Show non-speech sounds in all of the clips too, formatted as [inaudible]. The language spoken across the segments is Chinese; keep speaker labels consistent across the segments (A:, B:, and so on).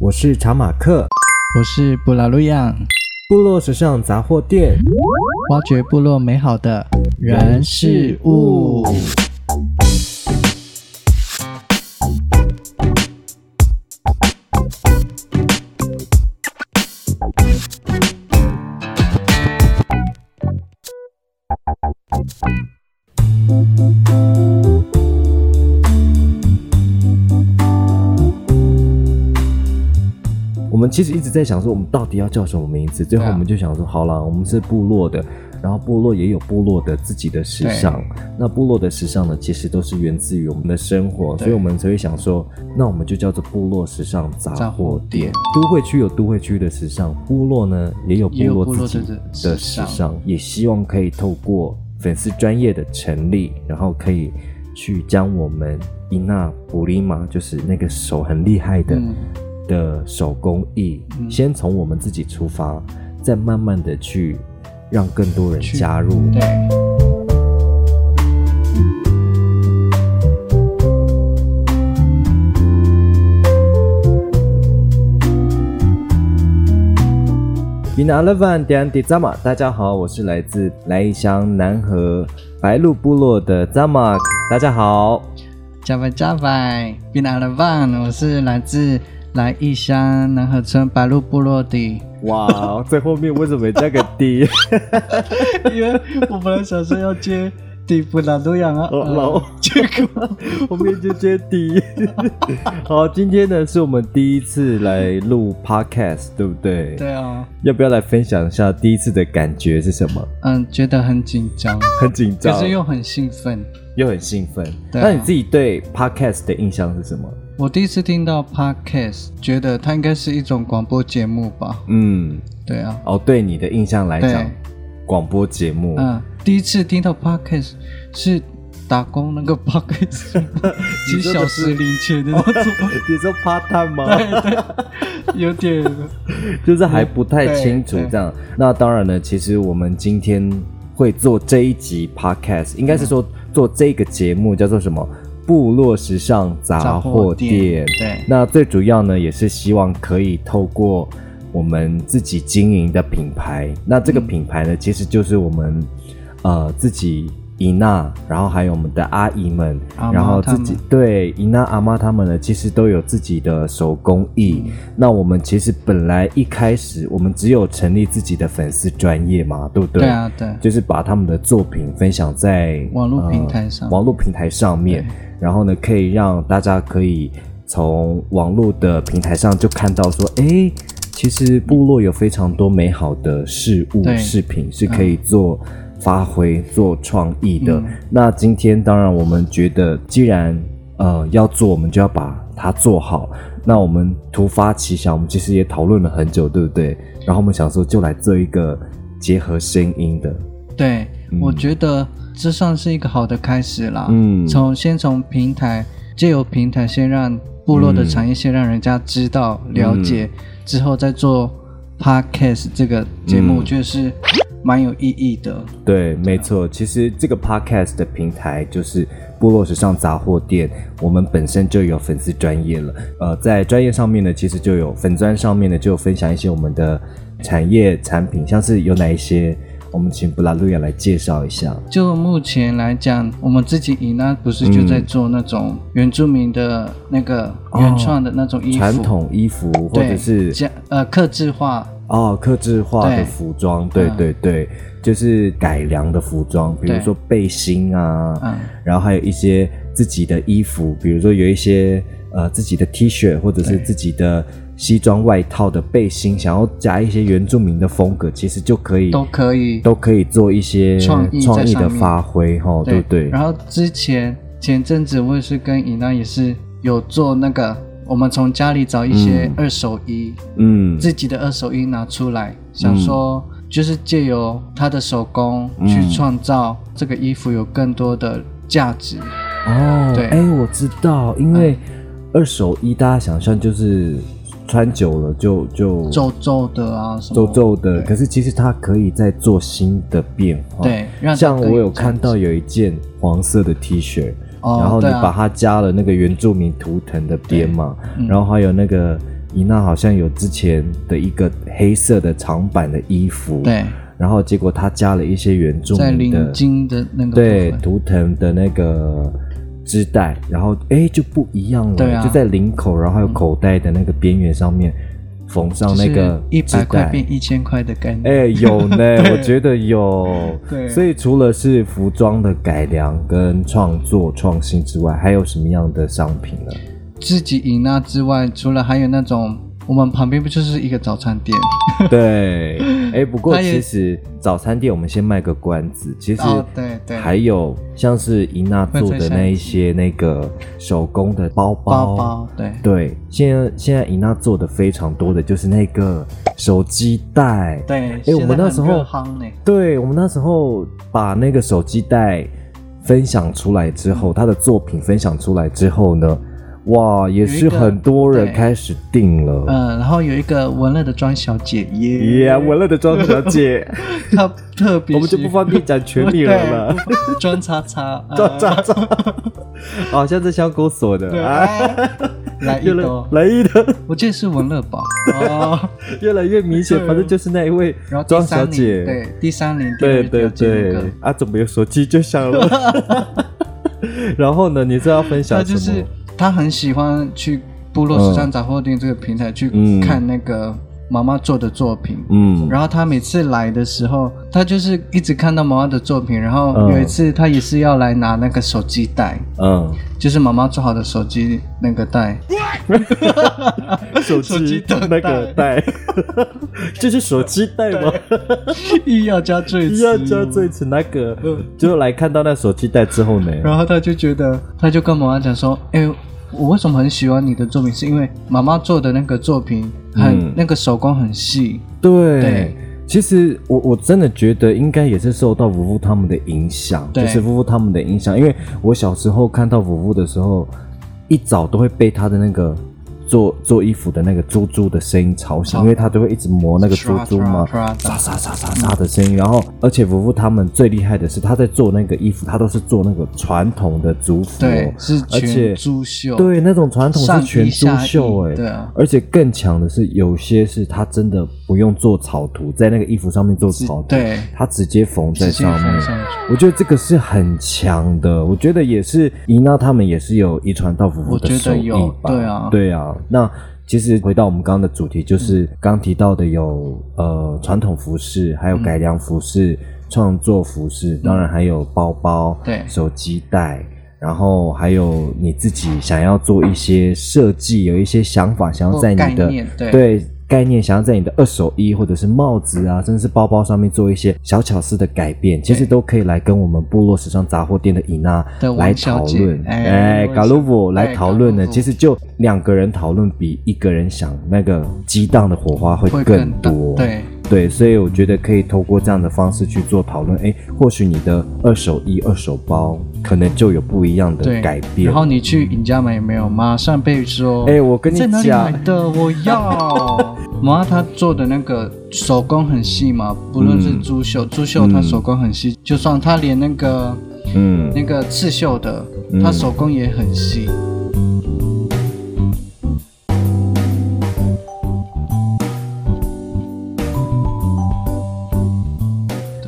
A: 我是查马克，
B: 我是布拉路漾，
A: 部落时尚杂货店。
B: 挖掘部落美好的人事物。
A: 我们其实一直在想说，我们到底要叫什么名字？最后
B: 对啊
A: 我们就想说，好了，我们是部落的，然后部落也有部落的自己的时尚。那部落的时尚呢，其实都是源自于我们的生活，
B: 对
A: 所以我们才会想说，那我们就叫做部落时尚杂
B: 杂
A: 货
B: 货
A: 店
B: 店。
A: 都会区有都会区的时尚，部落呢也有部
B: 也有
A: 落
B: 部
A: 自
B: 落
A: 己
B: 的
A: 的时
B: 时
A: 尚，
B: 尚
A: 也希望可以透过粉丝专业的成立，然后可以去将我们伊娜布里玛，就是那个手很厉害的。
B: 嗯
A: 的手工艺，
B: 嗯
A: 先从我们自己出发，再慢慢的去让更多人
B: 去
A: 加入。
B: 对，
A: i n a l e v a n d a n d i z a m a 大家好，我是来自来义乡南河白鹿部落的 Zama，大家好。
B: 加白加白，bin a l a v a n 我是来自来义乡南河村白鹿部落的。
A: 哇，哦最后面为什么加个 D？
B: 因为我本来想说要接蒂布拉路漾 [laughs] 啊，
A: 哦
B: 呃
A: 老
B: 结果
A: [laughs] 后面就接 D。好，今天呢是我们第一次来录 Podcast，对不对？
B: 对啊，
A: 要不要来分享一下第一次的感觉是什么？
B: 嗯，觉得很紧张，
A: 很紧张，
B: 可是又很兴奋。
A: 又很兴奋。
B: 对啊
A: 那你自己对 podcast 的印象是什么？
B: 我第一次听到 podcast，觉得它应该是一种广播节目吧？
A: 嗯，
B: 对啊，
A: 哦，对你的印象来讲
B: 对，
A: 广播节目，
B: 嗯，第一次听到 podcast 是打工那个 [laughs] podcast，几小时零钱的那种，
A: 哎你说 part time 吗？
B: 有点
A: 就是还不太清楚
B: 对对
A: 这样。那当然了，其实我们今天会做这一集 podcast，应该是说做这个节目叫做什么？部落时尚杂货店。
B: 对
A: 那最主要呢，也是希望可以透过我们自己经营的品牌，那
B: 嗯
A: 这个品牌呢，其实就是我们呃自己伊娜，然后还有我们的阿姨们，
B: 阿嬷
A: 然后自己
B: 她们
A: 对伊娜阿妈他们呢，其实都有自己的手工艺。
B: 嗯
A: 那我们其实本来一开始我们只有成立自己的粉丝专业嘛，对不对？
B: 对啊，对，
A: 就是把他们的作品分享在
B: 网络平台上
A: 呃网络平台上面
B: 对，
A: 然后呢，可以让大家可以从网络的平台上就看到说，诶，其实部落有非常多美好的事物
B: 对
A: 饰品是可以做。发挥做创意的、
B: 嗯
A: 那今天当然我们觉得，既然呃要做，我们就要把它做好。那我们突发奇想，我们其实也讨论了很久，对不对？然后我们想说，就来做一个结合声音的，
B: 对，
A: 嗯
B: 我觉得这算是一个好的开始啦。
A: 嗯
B: 从先从平台，借由平台先让部落的
A: 嗯
B: 产业先让人家知道、了解，之后再做 podcast 这个节目，
A: 嗯
B: 我觉得是蛮有意义的。
A: 对，没错。其实这个 podcast 的平台就是部落时尚杂货店，我们本身就有粉丝专业了。呃，在专业上面呢，其实就有粉砖上面呢，就有分享一些我们的产业产品，像是有哪一些，我们请布拉路亚来介绍一下。
B: 就目前来讲，我们自己以那不是就在做那种原住民的那个
A: 哦
B: 原创的那种衣服，
A: 传统衣服或
B: 对
A: 者是
B: 加呃克制化，
A: 哦，克制化的
B: 对
A: 服装，对
B: 嗯
A: 对对，就是改良的服装，比如
B: 对
A: 说背心啊，
B: 嗯，
A: 然后还有一些自己的衣服，比如说有一些呃自己的 T 恤或者是
B: 对
A: 自己的西装外套的背心，想要加一些原住民的风格，其实就可以
B: 都可以
A: 都可以做一些
B: 创意在
A: 创意的
B: 上面
A: 发挥哈，对不对？
B: 然后之前前阵子我也是跟尹娜也是有做那个，我们从家里找一些
A: 嗯
B: 二手衣，
A: 嗯，
B: 自己的二手衣拿出来，想说就是借由他的手工
A: 嗯
B: 去创造这个衣服有更多的价值。
A: 哦，
B: 对
A: 哎，我知道，因为二手衣大家想象就是穿久了就就
B: 皱皱的啊什么，
A: 皱皱的，
B: 对
A: 可是其实它可以再做新的变化。
B: 对，让它
A: 啊像
B: 更
A: 我有
B: 价值
A: 看到有一件黄色的 T 恤，
B: 哦
A: 然后你
B: 对啊嗯
A: 把它加了那个原住民图腾的边嘛，然后还有那个伊娜好像有之前的一个黑色的长版的衣服，，
B: 对，
A: 然后结果她加了一些原住
B: 在
A: 民的
B: 领巾的那个
A: 对
B: 部分
A: 图腾的那个织带，然后哎就不一样了，
B: 对啊嗯
A: 就在领口，然后还有口袋的那个边缘上面缝上那个
B: 一
A: 织
B: 百块
A: 带。
B: 变一千块的概
A: 哎、
B: 念，
A: 有
B: [laughs]
A: 呢，我觉得有。
B: 对
A: 所以除了是服装的改良跟创作创新之外，还有什么样的商品呢？
B: [laughs] 自己以那之外，除了还有那种，我们旁边不就是一个早餐店？
A: 对，哎、不过
B: 它也
A: 其实早餐店我们先卖个关子，其实
B: 哦，对对，
A: 还有像是伊娜做的那一些那个手工的包包，
B: 包包，对，
A: 对，现在现在伊娜做的非常多的就是那个手机袋，
B: 对，哎
A: 我们那时候
B: 夯呢，
A: 对我们那时候把那个手机袋分享出来之后，他的作品分享出来之后呢，哇，也
B: 有
A: 是
B: 一个
A: 很多人
B: 对
A: 开始订了，
B: 嗯，然后有一个文乐的庄小姐耶，
A: 耶，文乐的庄小
B: [laughs]
A: 姐，
B: 她
A: [laughs]
B: 特别喜，
A: 我们就不方便讲全名了啦，
B: 对，不庄叉
A: [laughs]
B: 叉，呃
A: 抓抓抓， [laughs] 好哦像是香菇所
B: 对，
A: 的，啊，
B: 哎来一
A: 越来
B: 兜，
A: 来一的。
B: 我记得是文乐宝，哦，
A: 越来越明显，
B: 对
A: 反正就是那一位
B: 然后第
A: 庄小
B: 三
A: 姐，
B: 年，对，第三年，
A: 对
B: 第
A: 对
B: 二年就有这
A: 对
B: 个，
A: 啊，怎么有手机就响了？ [laughs] 然后呢，你是要分
B: 她
A: 享什
B: 就
A: 么？
B: 是她很喜欢去部落时尚杂货店这个平台去
A: 嗯
B: 看那个妈妈做的作品，
A: 嗯，
B: 然后他每次来的时候，他就是一直看到妈妈的作品。然后
A: 嗯
B: 有一次，他也是要来拿那个手机袋，
A: 嗯，
B: 就是妈妈做好的手机那个 [laughs] 袋。
A: 手
B: 手
A: 机
B: 机的
A: 那个带， [laughs] 这是手机带吗？
B: 硬要加最
A: 一
B: 词，
A: 要加最。迟那个
B: 嗯，
A: 就来看到那手机带之后呢，
B: 然后他就觉得，他就跟妈妈讲说：“哎、我为什么很喜欢你的作品？是因为妈妈做的那个作品很、
A: 嗯
B: 那个手工很细。
A: 对。
B: 对
A: 其实我我真的觉得应该也是受到vũ vũ他们的影响，
B: 对
A: 就是vũ vũ他们的影响，因为我小时候看到vũ vũ的时候，一早都会被他的那个做做衣服的那个猪猪的声音吵醒，
B: 哦
A: 因为他都会一直磨那个猪
B: 唰
A: 猪嘛，
B: 唰
A: 沙
B: 唰
A: 沙沙
B: 嗯
A: 沙沙的声音。然后，而且vũ vũ他们最厉害的是，他在做那个衣服，他都是做那个传统的族服哦、
B: 对，是
A: 而且
B: 全珠绣，
A: 对，那种传统
B: 上
A: 是
B: 衣
A: 全珠
B: 下
A: 绣
B: 衣
A: 哎、
B: 对啊
A: 而且更强的是，有些是他真的不用做草图，在那个衣服上面做草图，
B: 对，
A: 他直接缝在
B: 直接
A: 上
B: 缝
A: 面。
B: 上去。
A: 我觉得这个是很强的，我觉得也是伊娜他们也是有遗传到夫妇
B: 我
A: 的
B: 觉得
A: 手艺
B: 有
A: 吧？
B: 对啊嗯
A: 对啊。那其实回到我们刚刚的主题，就是刚提到的有呃传统服饰，还有
B: 嗯
A: 改良服饰、创作服饰，当然还有包包、
B: 对
A: 手机袋。然后还有你自己想要做一些设计，有一些想法，想要
B: 或
A: 在
B: 概
A: 你的
B: 念对
A: 对概念，想要在你的二手衣或者是帽子啊，甚至是包包上面做一些小巧思的改变，其实都可以来跟我们部落时尚杂货店的伊娜
B: 的
A: 来
B: 王小
A: 讨
B: 姐
A: 论。
B: 哎
A: 哎，
B: 王
A: 嘎鲁布
B: 哎
A: 来讨论呢，
B: Galubu
A: 其实就两个人讨论比一个人想那个激荡的火花会
B: 会
A: 更
B: 大
A: 多。
B: 对，
A: 对，所以我觉得可以透过这样的方式去做讨论。哎，或许你的二手衣、二手包可能就有不一样的
B: 对
A: 改变。嗯
B: 然后你去尹家买有没有？马上被说，
A: 哎我跟你
B: 在哪里
A: 讲
B: 买的？我
A: [laughs]
B: 要。妈，她做的那个手工很细嘛，不论
A: 嗯
B: 是珠绣，珠绣她手工很细，就算她连那个
A: 嗯，
B: 那个刺绣的，
A: 嗯
B: 她手工也很细。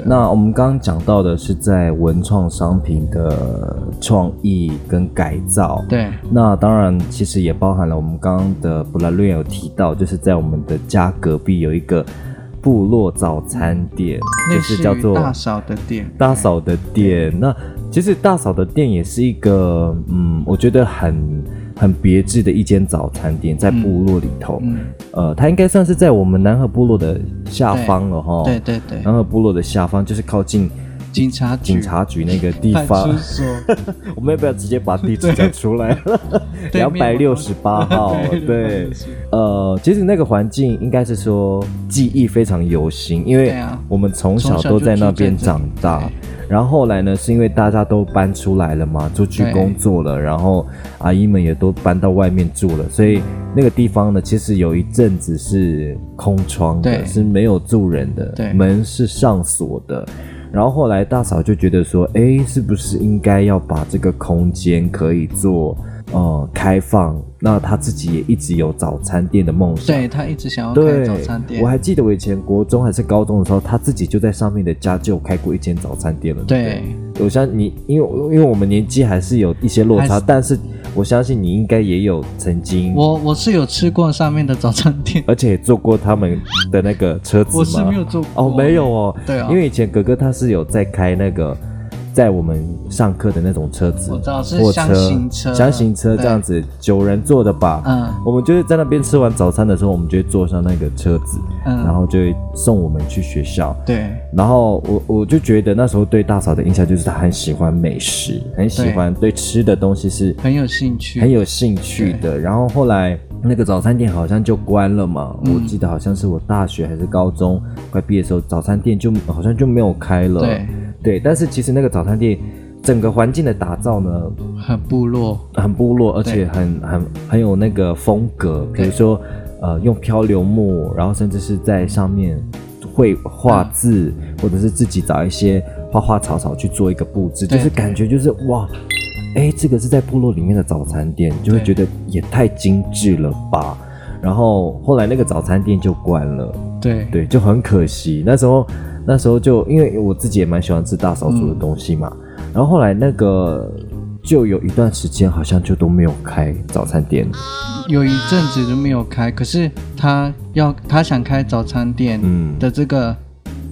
A: 那我们刚刚讲到的是在文创商品的创意跟改造。
B: 对，
A: 那当然，其实也包含了我们刚刚的布拉瑞有提到，就是在我们的家隔壁有一个部落早餐店，
B: 类
A: 就
B: 似
A: 是叫
B: 于
A: 做
B: 大嫂的店，
A: 大嫂的店。那其实大嫂的店也是一个，嗯，我觉得很很别致的一间早餐店，在部落里头。
B: 嗯，
A: 呃，它应该算是在我们南河部落的下方了哈。
B: 对对对，
A: 南河部落的下方就是靠近
B: 警察局、
A: 嗯警察局那个地
B: 派
A: 方
B: 出。所，
A: [laughs] 我们要不要直接把地址讲出来？
B: [laughs] 对
A: 两百
B: 面
A: 六
B: 我
A: 十八
B: [laughs]
A: 号，哦对
B: 268，
A: 呃，其实那个环境应该是说记忆非常犹新，因为
B: 对啊
A: 我们从小都在那边长大
B: 从小就住在这里。
A: 然后后来呢，是因为大家都搬出来了嘛，出去
B: 对
A: 工作了，然后阿姨们也都搬到外面住了，所以那个地方呢，其实有一阵子是空窗的，
B: 对
A: 是没有住人的，
B: 对
A: 门是上锁的。然后后来大嫂就觉得说，哎，是不是应该要把这个空间可以做呃开放，那他自己也一直有早餐店的梦想。
B: 对他一直想要开
A: 对
B: 早餐，店
A: 我，还记得我以前国中还是高中的时候，他自己就在上面的家就有开过一间早餐店了。不
B: 对，
A: 我相信你，因为因为我们年纪还是有一些落
B: 还
A: 差，
B: 是
A: 但是我相信你应该也有曾经，
B: 我我是有吃过上面的早餐店，
A: 而且也坐过他们的那个车子吗？
B: 我是没有做过
A: 哦，没有哦，
B: 对啊
A: 因为以前哥哥他是有在开那个。在我们上课的那种车子，
B: 我知道是
A: 货
B: 箱型车
A: 箱型车这
B: 对
A: 样子，九人坐的吧？
B: 嗯
A: 我们就是在那边吃完早餐的时候，我们就会坐上那个车子，
B: 嗯
A: 然后就会送我们去学校。
B: 对
A: 然后我我就觉得那时候对大嫂的印象就是她很喜欢美食，很喜欢对吃的东西是
B: 很有兴趣，
A: 很有兴趣的。然后后来那个早餐店好像就关了嘛，我记得好像是我大学还是高中快毕业的时候，早餐店就好像就没有开了。
B: 对
A: 对，但是其实那个早餐店整个环境的打造呢，
B: 很部落，
A: 很部落，而且
B: 对
A: 很很很有那个风格，比如
B: 对
A: 说呃用漂流木，然后甚至是在上面绘画字，或者是自己找一些花花草草去做一个布置，就
B: 对
A: 是感觉就是哇。哎，这个是在部落里面的早餐店，就会觉
B: 对
A: 得也太精致了吧。然后后来那个早餐店就关了，
B: 对
A: 对，就很可惜。那时候，那时候就因为我自己也蛮喜欢吃大扫除
B: 嗯
A: 的东西嘛，然后后来那个就有一段时间好像就都没有开早餐店，
B: 有一阵子就没有开，可是他要他想开早餐店
A: 嗯
B: 的这个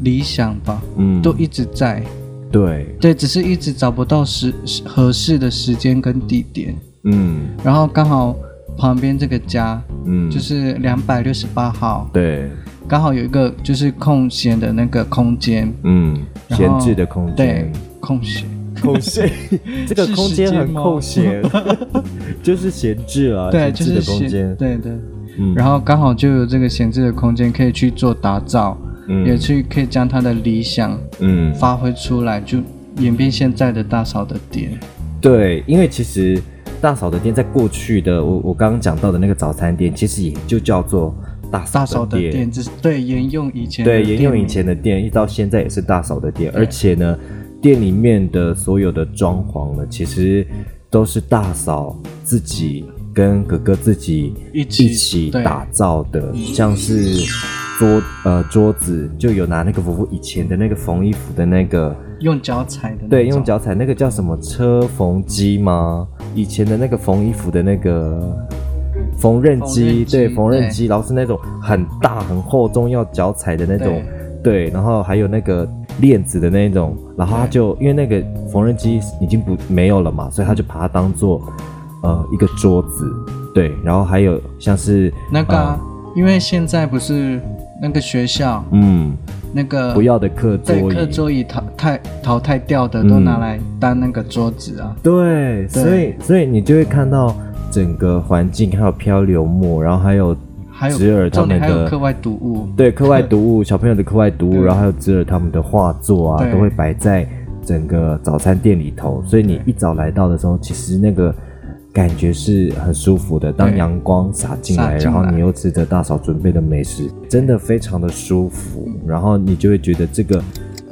B: 理想吧，
A: 嗯，
B: 都一直在，
A: 对，
B: 对，只是一直找不到时合适的时间跟地点，
A: 嗯
B: 然后刚好旁边这个家
A: 嗯，
B: 就是两百六十八号，
A: 对，
B: 刚好有一个就是空闲的那个空间，
A: 嗯，
B: 然
A: 闲
B: 后
A: 置的空
B: 对 [laughs]
A: 间，，
B: 空闲，
A: 空闲， [laughs] 这个
B: 是
A: 空
B: 时
A: 间
B: 间
A: 很
B: 吗
A: 空闲， [laughs] 就是闲置啊，
B: 对，
A: 闲
B: 就
A: 置
B: 是
A: 的空
B: 闲，
A: 间，
B: 对对。
A: 嗯，
B: 然后刚好就有这个闲置的空间可以去做打造，
A: 嗯
B: 也去可以将他的理想
A: 嗯，
B: 发挥出来，就演变现在的大嫂的店。
A: 对，因为其实大嫂的店在过去的我我刚刚讲到的那个早餐店，其实也就叫做大嫂
B: 大嫂
A: 的
B: 的
A: 店。
B: 店，这是对沿用以前的
A: 对，沿
B: 店
A: 用以
B: 名
A: 前的店，一直到现在也是大嫂的店，而且呢，店里面的所有的装潢呢，其实都是大嫂自己跟哥哥自己
B: 一起
A: 一起
B: 对
A: 打造的，像是桌呃桌子就有拿那个我以前的那个缝衣服的那个。
B: 用脚踩的那
A: 对，用
B: 种
A: 脚踩那个叫什么车缝机吗？以前的那个缝衣服的那个缝纫机，
B: 缝纫机
A: 对，缝纫机，然后是那种很大很厚重要脚踩的那种，对，然后还有那个链子的那种，然后他
B: 对
A: 就因为那个缝纫机已经不没有了嘛，所以他就把它当做呃一个桌子，对，然后还有像是
B: 那个啊、
A: 呃
B: 因为现在不是那个学校
A: 嗯
B: 那个
A: 不要的课桌
B: 对课
A: 椅，
B: 桌椅淘汰淘汰掉的都
A: 嗯
B: 拿来当那个桌子啊，
A: 对，所以所以你就会看到整个环境，还有漂流木，然后还有
B: 还有
A: 侄儿他
B: 重
A: 们
B: 点还有课
A: 的
B: 外读物，
A: 对课外读物，小朋友的课外读物，
B: 对
A: 然后还有侄儿他们的画作啊，
B: 对
A: 都会摆在整个早餐店里头。所以你一早来到的时候，其实那个。感觉是很舒服的，当
B: 对
A: 阳光洒进
B: 洒
A: 来，
B: 进
A: 然后
B: 来
A: 你又吃着大嫂准备的美食，真的非常的舒服。然后你就会觉得这个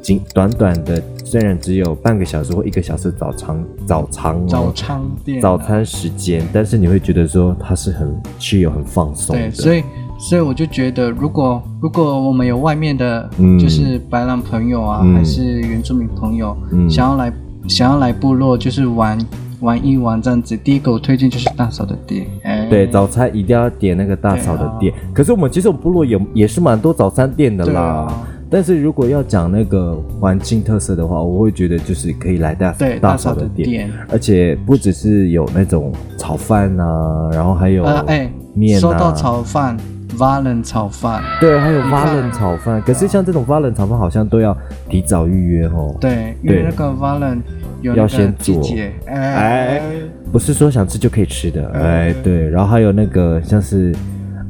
A: 仅短短的，虽然只有半个小时或一个小时早餐早餐哦，
B: 早餐店啊、
A: 早餐时间，但是你会觉得说它是很 chill、很放松
B: 对，
A: 的。
B: 所以所以我就觉得，如果如果我们有外面的，
A: 嗯
B: 就是白狼朋友啊，
A: 嗯
B: 还是原住民朋友，
A: 嗯
B: 想要来想要来部落，就是玩玩一玩这样子，第一个我推荐就是大嫂的店，哎，
A: 对，早餐一定要点那个大嫂的店。可是我们其实我们部落也也是蛮多早餐店的
B: 哦对
A: 啦。
B: 啊
A: 但是如果要讲那个环境特色的话，我会觉得就是可以来大
B: 对
A: 大
B: 大
A: 嫂
B: 嫂
A: 的
B: 的
A: 店，
B: 店，
A: 而且不只是有那种炒饭啊，然后还有
B: 呃，哎，
A: 面啊，
B: 说到炒饭，Valen 炒饭，
A: 对，还有
B: 米
A: v a
B: 饭
A: l e n 炒饭。可
B: 哦
A: 是像这种 v a l e n 炒饭好像都要提早预约哦。
B: 对，因
A: 对
B: 为那个 Valen 有
A: 要
B: 那个
A: 先
B: 季
A: 做
B: 节，
A: 哎
B: 哎，
A: 不是说想吃就可以吃的，哎
B: 哎，
A: 对，然后还有那个像是，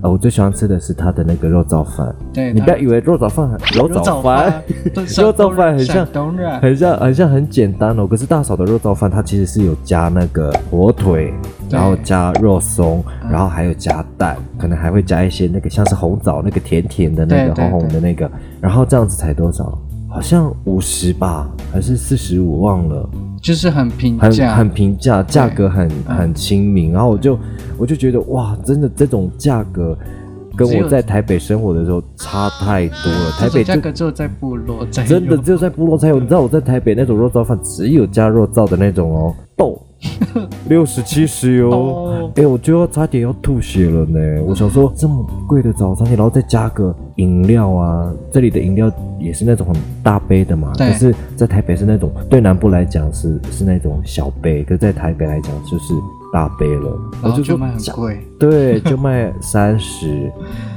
A: 呃，我最喜欢吃的是它的那个肉燥饭。
B: 对，
A: 你不
B: 它
A: 要以为肉燥饭很肉燥饭，
B: 哎肉
A: 肉燥饭很像
B: 山东
A: [laughs]
B: 人，
A: 很像很像很简单哦。可是大嫂的肉燥饭它其实是有加那个火腿，
B: 对
A: 然后加肉松，
B: 嗯
A: 然后还有加蛋，可能还会加一些那个像是红枣那个甜甜的那个
B: 对对
A: 红红的那个，然后这样子才多少？好像五十吧，还是四十五，忘了，
B: 就是很平
A: 很
B: 价，嗯
A: 很平价，价格很很亲民。然后我就我就觉得哇，真的这种价格跟
B: 只
A: 我
B: 有
A: 在台北生活的时候差太多了。台
B: 这
A: 北就
B: 种价格只有在部落才有
A: 真的只有在部落才有。你知道我在台北那种肉燥饭只有加肉燥的那种哦，
B: [laughs]
A: 豆六十七十哟
B: 哦。
A: 哎、我就要差点要吐血了呢。我想说这么贵的早餐店，然后再加个饮料啊，这里的饮料也是那种很大杯的嘛。
B: 对
A: 可是，在台北是那种对南部来讲是是那种小杯，可是在台北来讲就是大杯了。我
B: 然后就
A: 说
B: 卖很
A: 假
B: 贵，
A: 对，就卖三十，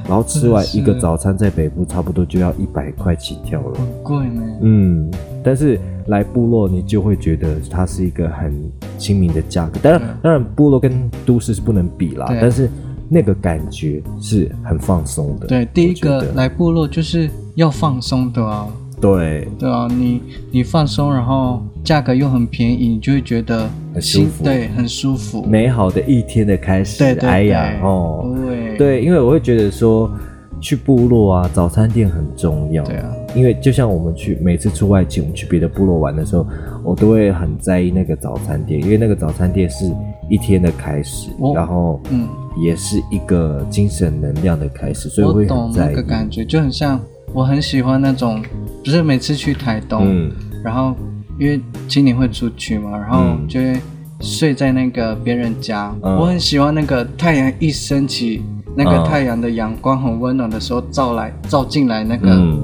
A: 然后吃完一个
B: 真是
A: 早餐在北部差不多就要一百块起跳了。
B: 很贵呢。
A: 嗯，但是来部落你就会觉得它是一个很亲民的价格。当然
B: 对，
A: 当然部落跟都市是不能比啦
B: 嗯对，
A: 但是那个感觉是很放松的。
B: 对，第一
A: 我觉
B: 个
A: 得
B: 来部落就是要放松的啊，
A: 对，
B: 对啊，你你放松，然后价格又很便宜，你就会觉得
A: 很舒
B: 心
A: 服
B: 对，很舒服。
A: 美好的一天的开始。
B: 对对对，
A: 哎呀，哦，
B: 对
A: 对，因为我会觉得说去部落啊，早餐店很重要。
B: 对啊，
A: 因为就像我们去每次出外景，我们去别的部落玩的时候，我都会很在意那个早餐店，因为那个早餐店是一天的开始，
B: 哦
A: 然后
B: 嗯
A: 也是一个精神能量的开始，所以我
B: 我
A: 会很
B: 懂那
A: 在意
B: 个。感觉，就很像我很喜欢那种，不是每次去台东，
A: 嗯，
B: 然后因为今年会出去嘛，然后
A: 嗯
B: 就会睡在那个别人家。
A: 嗯
B: 我很喜欢那个太阳一升起，那
A: 嗯
B: 个太阳的阳光很温暖的时候照来照进来那个。
A: 嗯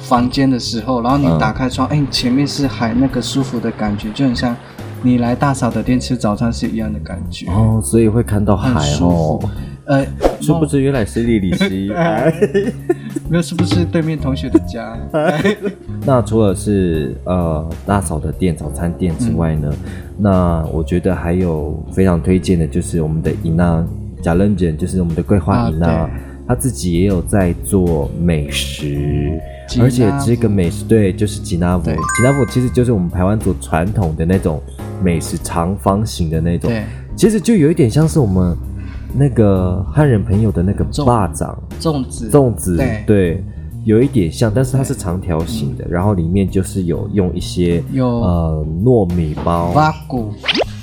B: 房间的时候，然后你
A: 嗯
B: 打开窗，哎、你前面是海，那个舒服的感觉，就很像你来大嫂的店吃早餐是一样的感觉，
A: 哦，所以会看到
B: 很
A: 海
B: 舒
A: 哦
B: 服。。呃，
A: 殊不知原来是莉莉
B: [laughs]
A: 西。哎
B: 没有，是不是对面同学的家？
A: 那除了是呃大嫂的店、早餐店之外呢，
B: 嗯
A: 那我觉得还有非常推荐的就是我们的伊娜贾伦卷，就是我们的桂花
B: 啊
A: 伊娜，
B: 对
A: 她自己也有在做美食，
B: 吉
A: 而且
B: 纳
A: 这个
B: 姆
A: 美食对就是吉纳姆，
B: 对
A: 吉纳姆其实就是我们台湾族传统的那种美食长方形的那种，
B: 对，
A: 其实就有一点像是我们那个汉人朋友的那个
B: 粽
A: 霸掌。
B: 粽子，
A: 粽子
B: 对嗯
A: 对，有一点像，但是它是长条形的，然后里面就是有用一些
B: 有
A: 呃糯米包、
B: 八谷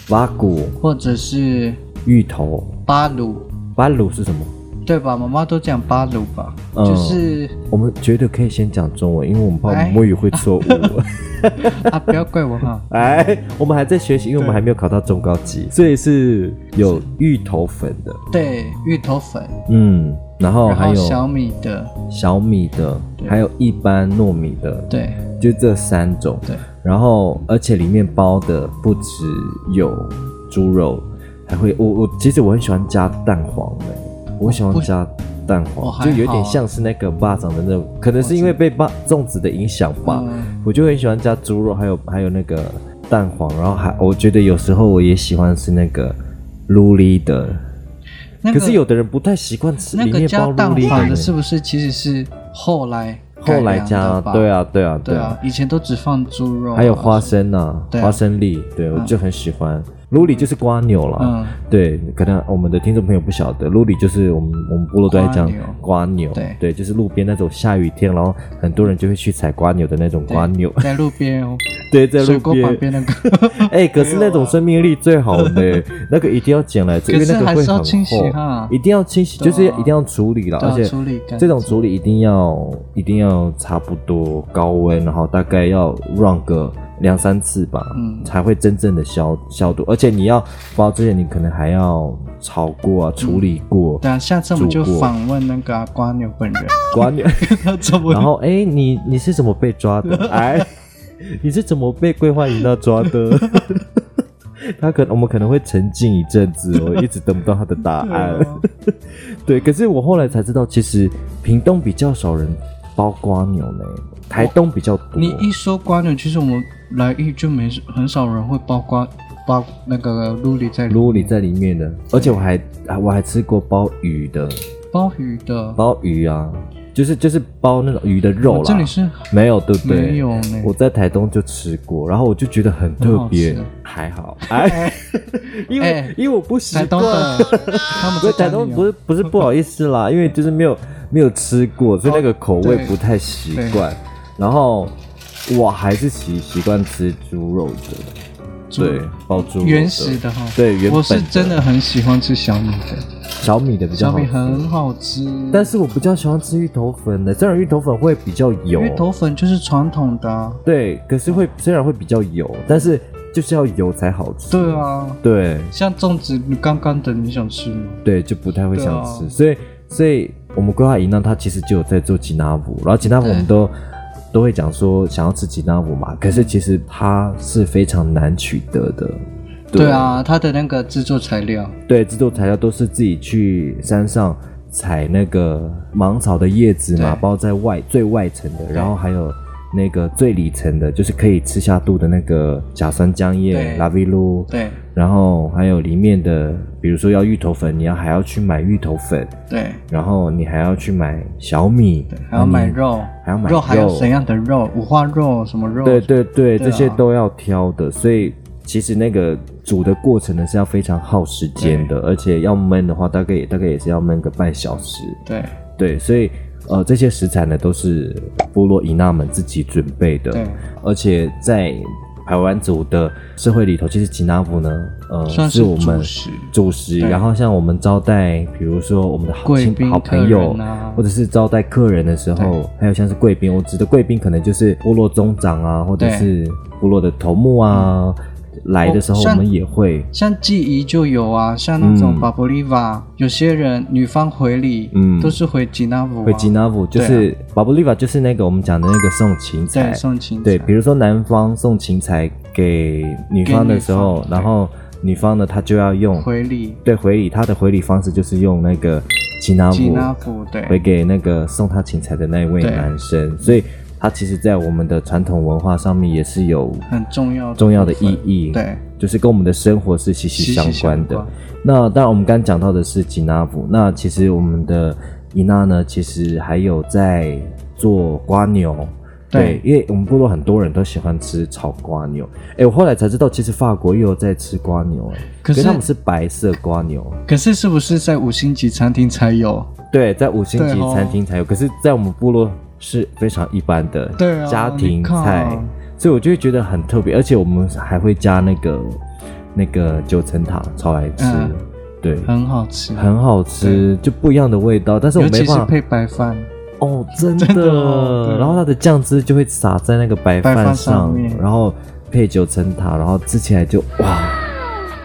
A: 八谷、
B: 或者是
A: 芋头、
B: 巴鲁，
A: 巴鲁是什么？
B: 对吧？妈妈都讲巴鲁吧，
A: 嗯
B: 就是
A: 我们觉得可以先讲中文，因为我们怕我们
B: 哎
A: 母语会
B: [laughs]
A: 错误。
B: 啊，不要怪我
A: [laughs]
B: 哈。
A: 哎，我们还在学习，因为我们还没有考到中高级，所以是有芋头粉的，
B: 对，芋头粉，
A: 嗯，然后
B: 然
A: 还
B: 后
A: 有
B: 小嗯米的，
A: 小米的，还有一般糯米的，
B: 对
A: 就这三种。
B: 对，
A: 然后而且里面包的不只有猪肉，还会我我其实我很喜欢加蛋黄的、我喜欢加蛋
B: 我
A: 黄，
B: 哦还
A: 就有点
B: 好
A: 像是那个巴掌的那种，可能是因为被巴粽子的影响吧，
B: 嗯
A: 我就很喜欢加猪肉，还有还有那个蛋黄，然后还我觉得有时候我也喜欢吃那个卤里的。
B: 那
A: 可
B: 个
A: 是有的人不太习惯吃
B: 那
A: 里
B: 个
A: 面
B: 加
A: 包
B: 蛋
A: 卤里
B: 黄的是不是其实是后来
A: 后来
B: 改良
A: 加
B: 的吧？
A: 对啊对啊
B: 对
A: 对啊
B: 啊，以前都只放猪肉啊，
A: 还有花生呐、啊，
B: 对啊
A: 花生粒，对我就很喜欢。卢里就是瓜牛啦，
B: 嗯
A: 对，可能我们的听众朋友不晓得，卢里就是我们我们部落都在讲
B: 瓜牛
A: 瓜牛，
B: 对
A: 就是路边那种下雨天，然后很多人就会去采瓜牛的那种瓜牛， [laughs]
B: 在路边哦，
A: 对，在
B: 水
A: 路
B: 沟旁
A: 边，
B: 边那
A: [laughs]
B: 个，
A: 哎、可是那种生命力最
B: [laughs]
A: 好的，那个一定要捡来吃，因
B: 可
A: 为
B: 是
A: 那个
B: 还
A: 会
B: 是要
A: 很
B: 清洗
A: 厚，
B: 哈
A: 一定要清洗，就
B: 对啊
A: 是一定要处理了，
B: 对啊
A: 而且
B: 处理干净
A: 这种处理一定要一定要差不多高温，然后大概要 run 个两三次吧，
B: 嗯
A: 才会真正的消消毒。而且你要包之前，你可能还要炒过啊，处理过，
B: 对啊，下次我们就
A: 煮过
B: 访问那个啊瓜牛本人， [laughs]
A: 管你。
B: 他怎么
A: 然后哎、你你是怎么被抓的？哎， [laughs] 你是怎么被桂花引到抓的？ [laughs] 他可能我们可能会沉浸一阵子哦，一直等不到他的答案。
B: 啊
A: 对，可是我后来才知道，其实屏东比较少人包瓜牛呢，台东比较多。
B: 你一说瓜牛，其实我们来意就没很少人会包瓜包那个路里在
A: 如果你在里面的，而且我还
B: 嗯
A: 啊我还吃过包鱼的，
B: 包鱼的，
A: 包鱼啊，就是就是包那种鱼的肉
B: 我哦这
A: 啦
B: 里。是
A: 没有，对不对？
B: 没有呢
A: 我在台东就吃过，然后我就觉得很特别
B: 很好吃，
A: 还好，哎， [laughs] 因为、
B: 哎
A: 因为我不习
B: 台
A: 惯
B: 东，的，他们
A: 所
B: 在
A: 以台
B: 家里
A: 东
B: 哦
A: 不是
B: [laughs]
A: 不是不好意思啦，因为
B: 哦
A: 就是没有没有吃过，所以那个口味不太习惯。然后我还是习习惯吃猪肉的，
B: 猪
A: 对，包猪肉
B: 原始的哈。
A: 对原
B: 我是
A: 本
B: 真的很喜欢吃小米的，
A: 小米的比较
B: 小
A: 好
B: 米
A: 吃，
B: 很好吃。
A: 但是我比较喜欢吃芋头粉的，虽然芋头粉会比较油，
B: 芋头粉就是传统的啊、
A: 对，可是会虽然会比较油，但是就是要油才好吃，
B: 对啊，
A: 对
B: 像粽子，你刚刚的你想吃吗？
A: 对，就不太会想吃，
B: 对啊
A: 所以所以我们规划营呢，它其实就有在做吉拿舞，然后吉拿舞我们
B: 对
A: 都都会讲说想要吃吉拿舞嘛，可是其实它是非常难取得的，
B: 对啊，它的那个制作材料，
A: 对，制作材料都是自己去山上采那个芒草的叶子嘛，
B: 对
A: 包在外最外层的，然后还有那个最里层的，就是可以吃下肚的那个甲酸浆叶、
B: 对
A: 拉维露，
B: 对
A: 然后还有里面的，比如说要芋头粉，你要还要去买芋头粉，
B: 对
A: 然后你还要去买小米，
B: 对，还要买
A: 然后
B: 肉，
A: 还要买
B: 肉，还有
A: 肉
B: 怎样的肉？五花肉什么肉？
A: 你，对对对，
B: 对
A: 这
B: 啊
A: 些都要挑的，所以。其实那个煮的过程呢是要非常耗时间的，而且要焖的话，大概也大概也是要焖个半小时。
B: 对
A: 对，所以呃，这些食材呢都是部落伊娜们自己准备的，
B: 对，
A: 而且在排湾族的社会里头，其实吉纳布呢，呃，
B: 算
A: 是
B: 是
A: 我们
B: 主食
A: 主食，
B: 对
A: 然后像我们招待，比如说我们的好
B: 贵
A: 亲
B: 宾
A: 好朋友
B: 客人啊
A: 或者是招待客人的时候，还有像是贵宾，我指的贵宾可能就是部落宗长啊，或者
B: 对嗯
A: 是部落的头目啊，来的时候
B: 哦
A: 我
B: 像
A: 们也会，
B: 像记忆就有啊，像那种
A: 嗯
B: 巴布利瓦，有些人女方回礼，
A: 嗯
B: 都是回吉纳舞、啊，
A: 会吉纳布，就
B: 对啊
A: 是巴布利瓦，就是那个我们讲的那个送芹菜
B: 对，送情
A: 对，
B: 茶
A: 比如说男方送芹菜给女方的时候
B: 给女，方
A: 然后女方呢，她就要用
B: 回礼
A: 对回礼，她的回礼方式就是用那个吉拿
B: 吉纳
A: 布
B: 舞，
A: 回
B: 对
A: 给那个送她芹菜的那一位
B: 对
A: 男生，所以它其实，在我们的传统文化上面也是有
B: 很重要
A: 重要的
B: 部分
A: 意义，
B: 对，
A: 就是跟我们的生活是息息
B: 息息
A: 相关的。
B: 相关
A: 那当然，我们刚刚讲到的是吉纳布，那其实我们的伊娜呢，其实还有在做瓜牛。
B: 对
A: 因为我们部落很多人都喜欢吃炒瓜牛。哎，我后来才知道，其实法国也有在吃瓜牛，哎，
B: 可是
A: 他们是白色瓜牛。
B: 可是是不是在五星级餐厅才有？
A: 对，在五星级
B: 对哦
A: 餐厅才有，可是，在我们部落是非常一般的
B: 对啊
A: 家庭
B: 你看
A: 菜，所以我就会觉得很特别，而且我们还会加那个那个九层塔炒来吃，
B: 嗯
A: 对，
B: 很好吃，
A: 很好吃，就不一样的味道，但是我
B: 尤
A: 没
B: 其是
A: 办法
B: 配白饭，
A: 哦，真的，
B: 真的哦对
A: 然后它的酱汁就会撒在那个白
B: 白
A: 饭
B: 饭上面
A: 然后配九层塔，然后吃起来就哇，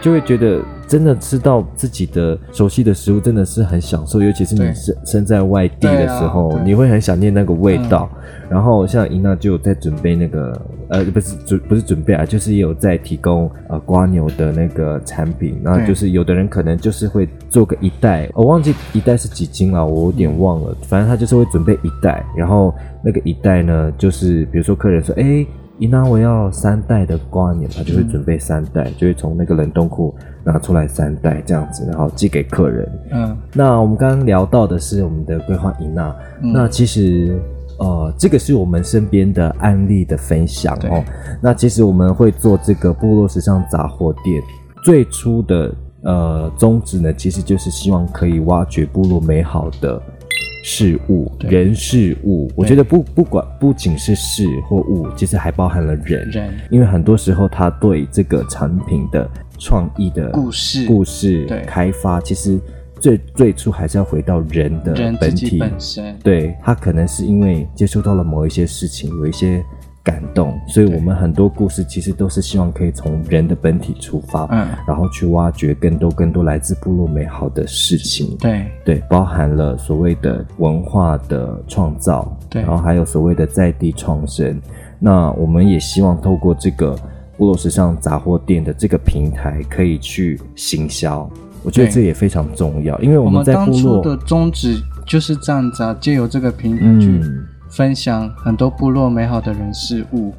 A: 就会觉得真的吃到自己的熟悉的食物真的是很享受，尤其是你
B: 对
A: 身身在外地的时候，
B: 对啊对嗯
A: 你会很想念那个味道。然后像伊娜就有在准备那个呃，不是准不是准备啊，就是也有在提供呃瓜牛的那个产品，然后
B: 对
A: 就是有的人可能就是会做个一袋，我、忘记一袋是几斤了，我有点忘了，反正他就是会准备一袋，然后那个一袋呢，就是比如说客人说，哎。伊娜，我要三袋的瓜牛，他就会准备三袋，就会从那个冷冻库拿出来三袋这样子，然后寄给客人。
B: 嗯，
A: 那我们刚刚聊到的是我们的规划营娜，
B: 嗯
A: 那其实呃，这个是我们身边的案例的分享哦
B: 对。
A: 那其实我们会做这个部落时尚杂货店，最初的呃宗旨呢，其实就是希望可以挖掘部落美好的。事物、
B: 对
A: 人、事物，我
B: 对
A: 觉得不不管不仅是事或物，其实还包含了人，
B: 人
A: 因为很多时候他对这个产品的创意的
B: 故事
A: 故事
B: 对
A: 开发，其实最最初还是要回到人的
B: 人自
A: 本
B: 己
A: 体。
B: 本身，
A: 对他可能是因为接触到了某一些事情，有一些感动，所以我们很多故事其实都是希望可以从人的本体出发，
B: 嗯，
A: 然后去挖掘更多更多来自部落美好的事情。
B: 对
A: 对，包含了所谓的文化的创造，
B: 对
A: 然后还有所谓的在地创生。那我们也希望透过这个部落时尚杂货店的这个平台，可以去行销。我觉得
B: 对
A: 这也非常重要，因为我
B: 我
A: 们
B: 们
A: 在
B: 当
A: 部
B: 初的
A: 落，
B: 宗旨就是这样子啊，借由这个平台去
A: 嗯，
B: 分享很多部落美好的人事物，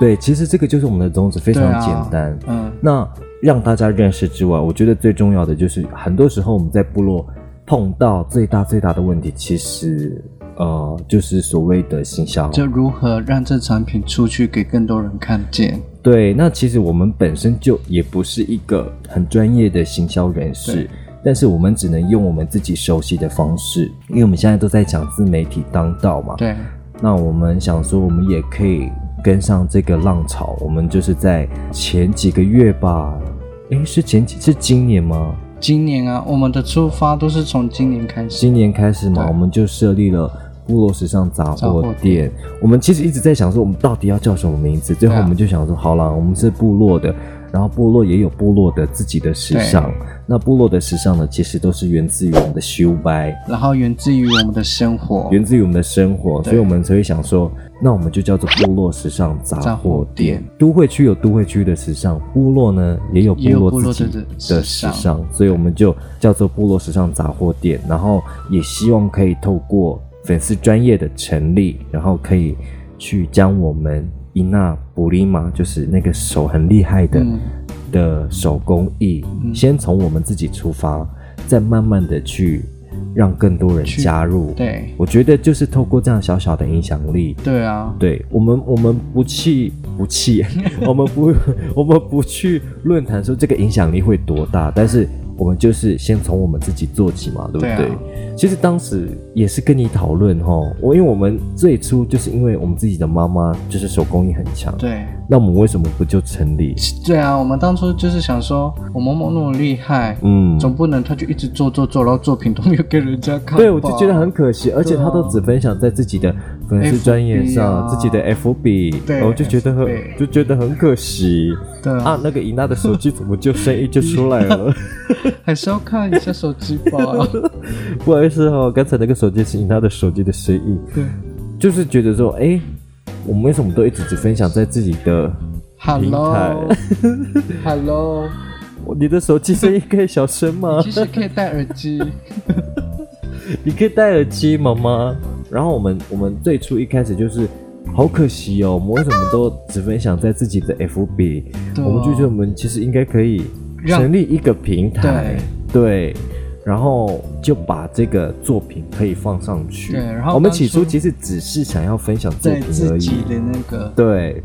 A: 对，其实这个就是我们的宗旨，非常
B: 对啊
A: 简单。
B: 嗯，
A: 那让大家认识之外，我觉得最重要的就是，很多时候我们在部落碰到最大最大的问题，其实呃，就是所谓的行销。
B: 就如何让这产品出去给更多人看见，
A: 对，那其实我们本身就也不是一个很专业的行销人士
B: 对，
A: 但是我们只能用我们自己熟悉的方式，因为我们现在都在讲自媒体当道嘛。
B: 对
A: 那我们想说，我们也可以跟上这个浪潮，我们就是在前几个月吧，诶，是前几是今年吗？
B: 今年啊，我们的出发都是从今年开始。
A: 今年开始嘛，我
B: 对
A: 们就设立了部落时尚杂
B: 杂
A: 货
B: 货
A: 店。我们其实一直在想说，我们到底要叫什么名字？最后
B: 对啊
A: 我们就想说，好了，我们是部落的，然后部落也有部落的自己的时尚。那部落的时尚呢，其实都是源自于我们的修掰，
B: 然后源自于我们的生活，
A: 源自于我们的生活，
B: 对
A: 所以我们才会想说，那我们就叫做部落时尚杂
B: 杂
A: 货
B: 货
A: 店
B: 店。
A: 都会区有都会区的时尚，部落呢也有部
B: 也有部
A: 落
B: 落
A: 自己
B: 的
A: 的时
B: 时尚
A: 尚，所以我们就叫做部落时尚杂货店。然后也希望可以透过粉丝专业的成立，然后可以去将我们伊娜布里玛，就是那个手很厉害的、
B: 嗯
A: 的手工艺，先从我们自己出发，再慢慢的去让更多人
B: 去
A: 加入。
B: 对
A: 我觉得就是透过这样小小的影响力，
B: 对啊，
A: 对我们我们不去不去， [laughs] 我们不我们不去论坛说这个影响力会多大，但是我们就是先从我们自己做起嘛，对不对？
B: 对啊
A: 其实当时也是跟你讨论哦，我因为我们最初就是因为我们自己的妈妈就是手工艺很强，
B: 对
A: 那我们为什么不就成立？
B: 对啊，我们当初就是想说，我某某那么厉害，
A: 嗯，
B: 总不能他就一直做做做，然后作品都没有给人家看吧。
A: 对，我就觉得很可惜，而且
B: 对啊
A: 他都只分享在自己的粉丝专业
B: FB
A: 上，
B: 啊
A: 自己的 FB，
B: 对
A: 我就觉得很
B: FB
A: 就觉得很可惜
B: 对啊
A: 啊。那个伊娜的手机怎么就声音就出来了？ [laughs]
B: 还是要看一下手机吧。
A: 不好意思哦，刚才那个手机是伊娜的手机的声音，
B: 对，
A: 就是觉得说，哎，我们为什么都一直只分享在自己的？
B: Hello，Hello，Hello
A: [laughs] 我你的手机声音可以小声吗？ [laughs]
B: 其实可以戴耳机。
A: 你可以戴耳机，妈妈。然后我们我们最初一开始就是，好可惜哦，我们为什么都只分享在自己的 FB？、
B: 对啊
A: 我们就觉得我们其实应该可以
B: 让
A: 成立一个平台，对。然后就把这个作品可以放上去。
B: 对然后
A: 我们
B: 当
A: 起初
B: 初
A: 其实只是想要分享作
B: 在
A: 品而
B: 自
A: 已
B: 己。的那个，
A: 对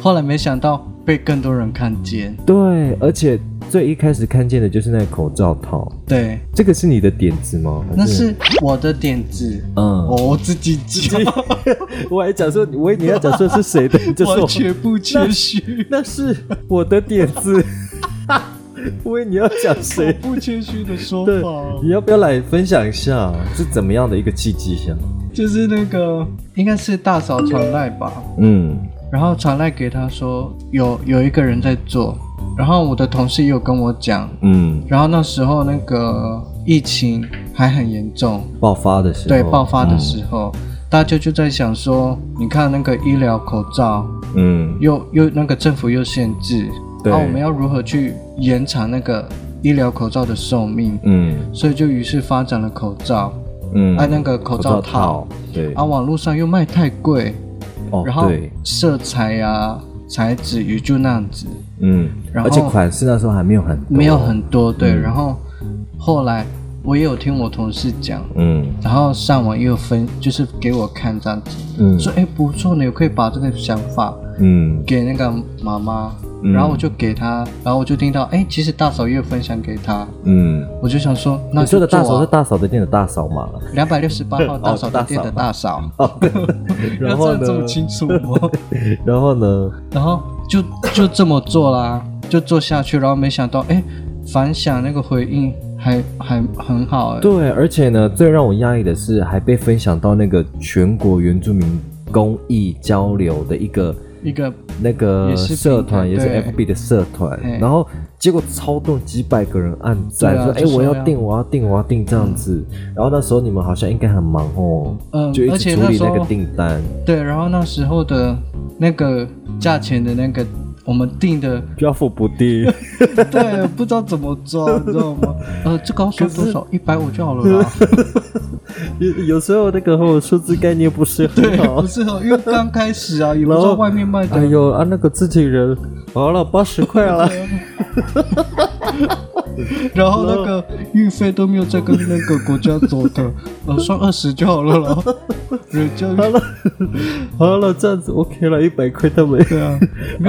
B: 后来没想到被更多人看见。
A: 对，而且最一开始看见的就是那个口罩套，
B: 对，
A: 这个是你的点子吗？还
B: 那是哦我的点子，
A: 嗯，
B: 我自己讲，
A: [laughs] 我还讲说，我以为你要讲说是谁
B: [laughs]
A: 的，你 [laughs] 就说
B: 完
A: 我
B: 全不谦虚，
A: 那是我的点子。 [laughs] 喂，你要讲
B: 我
A: 谁？
B: 不谦虚的说
A: 对
B: 法，
A: 你要不要来分享一下是怎么样的一个契机下？
B: 就是那个应该是大嫂传来吧，
A: 嗯
B: 然后传来给他说有有一个人在做，然后我的同事也有跟我讲，
A: 嗯，
B: 然后那时候那个疫情还很严重，
A: 爆发的时候，
B: 对，爆发的时候，
A: 嗯
B: 大家就在想说，你看那个医疗口罩
A: 嗯，
B: 又又那个政府又限制，
A: 对
B: 那、我们要如何去延长那个医疗口罩的寿命？
A: 嗯
B: 所以就于是发展了口罩，
A: 嗯嗯，
B: 啊，那个口罩套，，
A: 对，
B: 啊，网络上又卖太贵，
A: 哦
B: 然后
A: 对，
B: 色彩呀、材质也就那样子，
A: 嗯，
B: 然后
A: 而且款式那时候还没有很多
B: 没有，很多对。
A: 嗯
B: 然后后来我也有听我同事讲，
A: 嗯
B: 然后上网也有分，就是给我看这样子，
A: 嗯
B: 说哎不错呢，我可以把这个想法
A: 嗯
B: 给那个妈妈，
A: 嗯
B: 然后我就给她，然后我就听到哎，其实大嫂也有分享给她，
A: 嗯，
B: 我就想说那
A: 你说
B: 就
A: 的大嫂
B: 做
A: 是
B: 啊。
A: 大嫂的店的大嫂嘛？
B: 两百六十八
A: [laughs]
B: 号大嫂的店的大嫂， [laughs]
A: 哦，对然后
B: 要这样这么
A: 呢？
B: 清楚哦吗？
A: 然后呢？
B: [laughs] 然后就就这么做啦，就做下去，然后没想到，哎，反响那个回应还还很好，哎，
A: 对，而且呢，最让我压抑的是，还被分享到那个全国原住民公益交流的一个
B: 一个
A: 那个
B: 也是平台
A: 社团，也是
B: 对
A: FB 的社团
B: 嘿，
A: 然后结果超多几百个人按赞，
B: 对啊
A: 说哎、
B: 就说
A: 我要
B: 要
A: 订，我要订，我要订这样子。然后那时候你们好像应该很忙哦，
B: 嗯
A: 就一
B: 而
A: 直
B: 且
A: 处理
B: 那时
A: 那
B: 候
A: 个订单，
B: 对，然后那时候的那个价钱的那个我们定
A: [laughs]
B: 的，
A: 漂浮不定。
B: 对，不知道怎么抓，你知道吗？呃，这个要算多少？一百五就好了啦。
A: 有 [laughs] 有时候那个和我数字概念不是很好
B: 不。是哦，因为刚开始啊，也不知
A: 然后
B: 道外面卖
A: 哎
B: 的。
A: 呦啊，那个自己人，好了，八十块了。
B: 然后那个运费都没有再跟那个国家走
A: [laughs]
B: 的，呃，算二十就好了啦。人家
A: 好了， [laughs] 好了，这样子 OK 了，一百块他们。
B: 对啊，没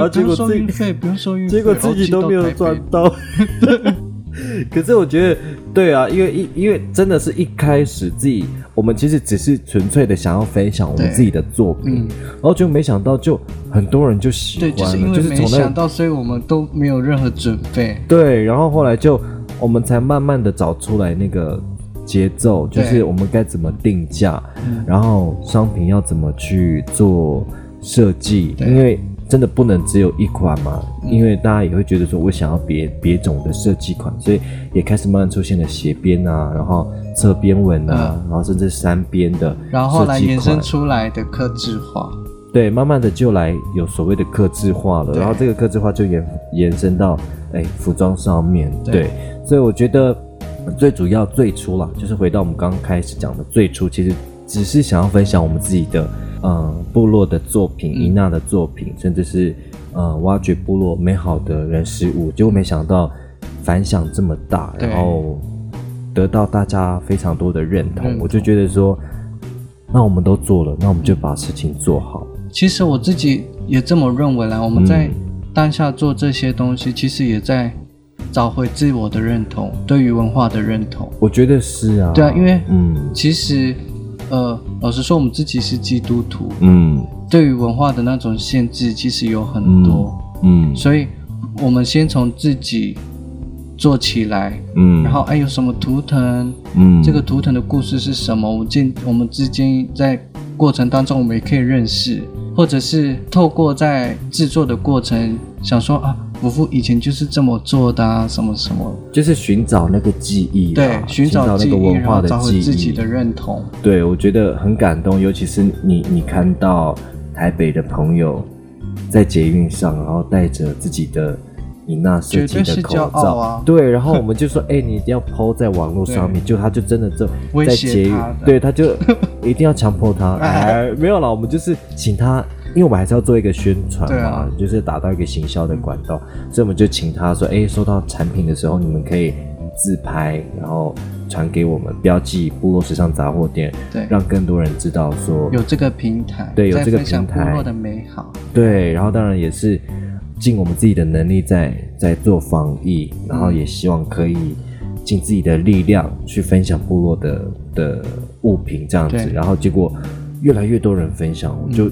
A: [laughs] 然后
B: 有不
A: 结果
B: 用收哦
A: 自己
B: 运费，不用收运费，
A: 结果自己都没有赚到。 [laughs] 可是我觉得，对啊，因为一因为真的是一开始自己，我们其实只是纯粹的想要分享我们
B: 对嗯
A: 自己的作品，然后就没想到就很多人就喜欢
B: 对，
A: 了，
B: 就是因为
A: 就是
B: 没
A: 从那
B: 想到，所以我们都没有任何准备。
A: 对，然后后来就我们才慢慢的找出来那个节奏，就
B: 对嗯
A: 是我们该怎么定价，然后商品要怎么去做设计，
B: 对嗯
A: 因为真的不能只有一款嘛，因为大家也会觉得说我想要别别种的设计款，所以也开始慢慢出现了斜边啊，然后侧边纹啊，然后甚至三边的设计款，
B: 嗯然后后来延伸出来的克制化，
A: 对，慢慢的就来有所谓的客制化了，
B: 对
A: 然后这个客制化就延延伸到哎服装上面，
B: 对
A: 对，所以我觉得呃最主要最初啦，就是回到我们刚开始讲的最初，其实只是想要分享我们自己的呃部落的作品、
B: 嗯
A: 伊娜的作品，甚至是呃挖掘部落美好的人事物，结果没想到反响这么大，
B: 对
A: 然后得到大家非常多的认同，
B: 认同
A: 我就觉得说。那我们都做了，那我们就把事情做好。
B: 其实我自己也这么认为啦。我们在当下做这些东西，其实也在找回自我的认同，对于文化的认同。
A: 我觉得是啊，
B: 对啊因为
A: 嗯
B: 其实，呃，老实说，我们自己是基督徒，
A: 嗯
B: 对于文化的那种限制其实有很多，
A: 嗯
B: 所以我们先从自己做起来，
A: 嗯，
B: 然后哎有什么图腾，
A: 嗯
B: 这个图腾的故事是什么？我见我们之间在过程当中，我们也可以认识，或者是透过在制作的过程，想说啊，伯父以前就是这么做的啊，什么什么，
A: 就是寻找那个记忆
B: 对
A: 啦，，
B: 寻找
A: 那
B: 记
A: 个
B: 忆，
A: 文
B: 然
A: 化
B: 后
A: 的
B: 找
A: 记
B: 回
A: 忆，
B: 自己的认同。
A: 对，我觉得很感动，尤其是你你看到台北的朋友在捷运上，然后带着自己的。你那设计
B: 绝对
A: 的
B: 是
A: 口
B: 骄
A: 罩，
B: 傲啊
A: 对，然后我们就说，哎、你一定要抛在网络上面，就他就真的就
B: 威
A: 在
B: 胁
A: 捷运
B: 他的，
A: 对，他就一定要强迫
B: [laughs]
A: 他，哎，没有啦，我们就是请他，因为我们还是要做一个宣传
B: 对
A: 嘛，
B: 啊
A: 就是达到一个行销的管道，所以我们就请他说，哎，收到产品的时候，你们可以自拍，然后传给我们，标记部落时尚杂货店，
B: 对
A: 让更多人知道说
B: 有这个平台，
A: 对有
B: 在
A: 这个
B: 分享
A: 平
B: 部
A: 台
B: 落的美好，
A: 对，然后当然也是尽我们自己的能力在在做防疫，然后也希望可以尽自己的力量去分享部落的的物品这样子，
B: 对嗯
A: 然后结果越来越多人分享，我就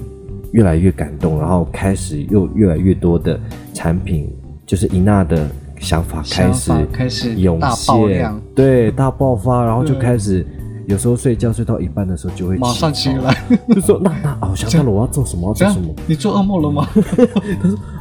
A: 越来越感动，然后开始又越来越多的产品，就是伊娜的想法开始
B: 想法开始
A: 涌
B: 大爆
A: 现
B: 量，
A: 对，大爆发，然后就开始。有时候睡觉睡到一半的时候就会
B: 马上起
A: 床，
B: 来。
A: 就说那那哦，我想到了我要做什么，我要做
B: 这样
A: 什么，，
B: 你做噩梦了吗？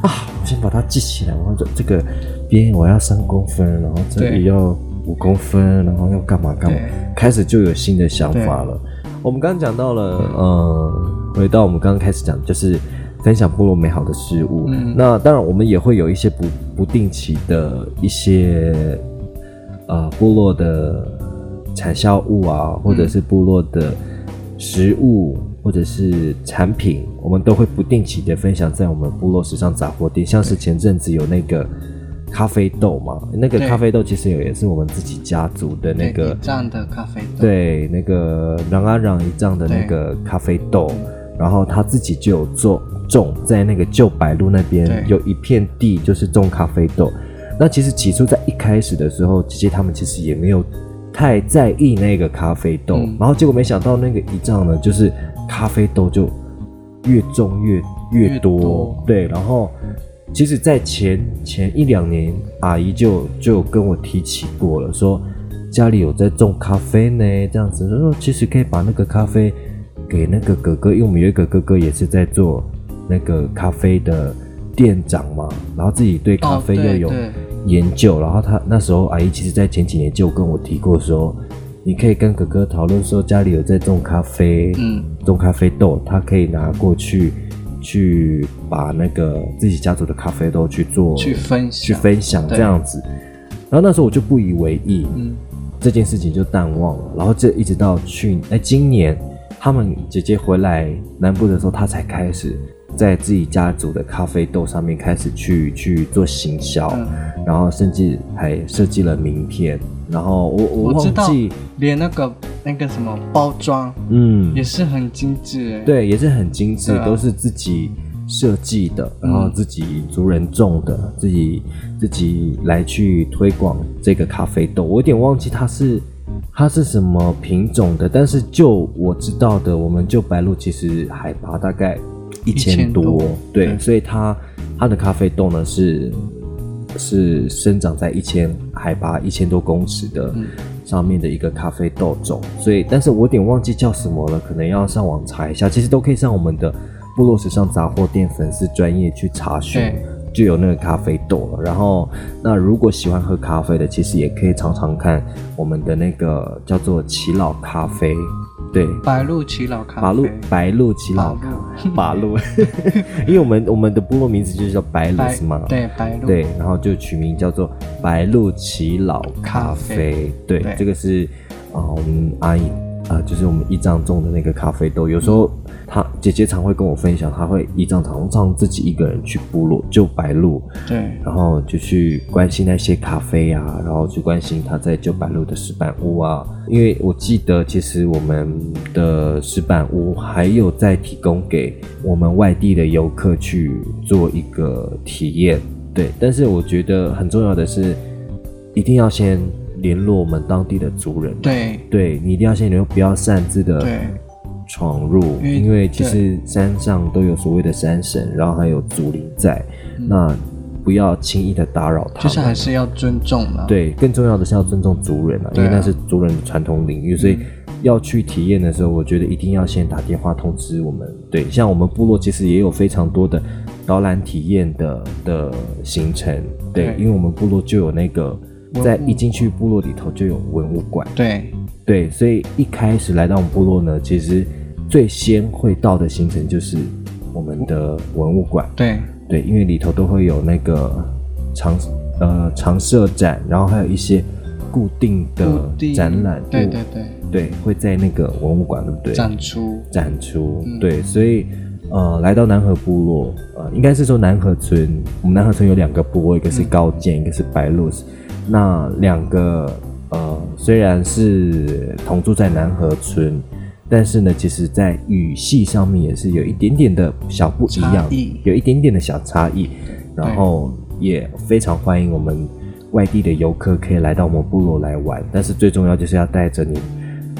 A: 啊，我先把它记起来。我要这个边我要三公分，然后这里
B: 对
A: 要五公分，然后要干嘛干嘛
B: 对，
A: 开始就有新的想法了。我们刚刚讲到了，呃，回到我们刚刚开始讲，就是分享部落美好的事物。
B: 嗯
A: 那当然，我们也会有一些不不定期的一些呃部落的产销物啊，或者是部落的食物，或者是产品，我们都会不定期的分享在我们部落时尚杂货店，像是前阵子有那个。咖啡豆嘛，那个
B: 对
A: 咖啡豆其实也也是我们自己家族的那
B: [laughs]
A: 个
B: 这样的咖啡豆，哦
A: 对，那个冉阿冉一丈的那个咖啡豆，然后他自己就有做种在那个旧白路那边
B: 对
A: 有一片地，就是种咖啡豆。那其实起初在一开始的时候，其实他们其实也没有太在意那个咖啡豆，
B: 嗯
A: 然后结果没想到那个一丈呢，就是咖啡豆就越种越越
B: 越
A: 多，
B: 多
A: 对，然后。其实，在前前一两年，阿姨就就有跟我提起过了，说家里有在种咖啡呢，这样子，她说其实可以把那个咖啡给那个哥哥，因为我们有一个哥哥也是在做那个咖啡的店长嘛，然后自己对咖
B: 哦，
A: 啡
B: 对
A: 又
B: 对
A: 有研究，然后他那时候阿姨其实在前几年就有跟我提过说，你可以跟哥哥讨论说家里有在种咖啡，
B: 嗯，
A: 种咖啡豆，他可以拿过去去把那个自己家族的咖啡豆去做
B: 去分享，
A: 去分享
B: 对
A: 这样子。然后那时候我就不以为意，
B: 嗯，
A: 这件事情就淡忘了。然后这一直到去哎今年，他们姐姐回来南部的时候，她才开始在自己家族的咖啡豆上面开始去去做行销，
B: 嗯
A: 然后甚至还设计了名片。然后我我
B: 我知
A: 忘
B: 道
A: 记，
B: 连那个那个什么包装
A: 嗯
B: 也，是很精致，哎，
A: 对，也是很精致，嗯
B: 对啊
A: 都是自己设计的，然后自己族人种的，自己自己来去推广这个咖啡豆。我有点忘记它是它是什么品种的，但是就我知道的，我们就白鹭其实海拔大概一千
B: 1000多
A: 对，
B: 对
A: 所以它它的咖啡豆呢是是生长在一千海拔一千多公尺的上面的一个咖啡豆种，所以但是我有点忘记叫什么了，可能要上网查一下。其实都可以上我们的部落时尚杂货店粉丝专业去查询
B: 对，
A: 就有那个咖啡豆了。然后那如果喜欢喝咖啡的，其实也可以尝尝看我们的那个叫做奇老咖啡，对，
B: 白鹭奇老咖
A: 白鹭
B: 啡，
A: 白鹭奇老咖啡，白鹭， [laughs] 因为我们我们的部落名字就叫白鹭 [laughs] 是吗？
B: 对白鹭，
A: 对，然后就取名叫做白鹭奇老咖
B: 咖
A: 啡
B: 啡。
A: 对，
B: 对
A: 这个是啊、我们阿姨啊、就是我们一丈种的那个咖啡豆。有时候
B: 嗯
A: 她姐姐常会跟我分享，她会一丈常常自己一个人去部落，就白鹭，
B: 对
A: 然后就去关心那些咖啡啊，然后去关心他在九百路的石板屋啊，因为我记得其实我们的石板屋还有在提供给我们外地的游客去做一个体验，对，但是我觉得很重要的是，一定要先联络我们当地的族人，
B: 对
A: 对你一定要先联络，不要擅自的
B: 对
A: 闯入，
B: 因为
A: 因为其实山上都有所谓的山神，然后还有祖灵在，那不要轻易的打扰他们。
B: 嗯就是还是要尊重嘛。
A: 对，更重要的是要尊重族人啊，因
B: 对啊嗯
A: 为那是族人的传统领域，所以要去体验的时候，我觉得一定要先打电话通知我们。对，像我们部落其实也有非常多的导览体验的的行程，对，
B: 对
A: 因为我们部落就有那个。
B: 文物
A: 在一进去部落里头就有文物馆，
B: 对
A: 对，所以一开始来到我们部落呢，其实最先会到的行程就是我们的文物馆，
B: 对
A: 对，因为里头都会有那个常呃常设展，然后还有一些固定的
B: 固定
A: 展览物，
B: 对对对，
A: 对会在那个文物馆，对不对？
B: 展出
A: 展出，对，所以呃，来到南河部落，呃，应该是说南河村，我们南河村有两个部落，一个是高建，一个是白鹭，那两个呃，虽然是同住在南河村，但是呢，其实在语系上面也是有一点点的小不一样
B: 差，异
A: 有一点点的小差异，然后也非常欢迎我们外地的游客可以来到我们部落来玩，但是最重要就是要带着你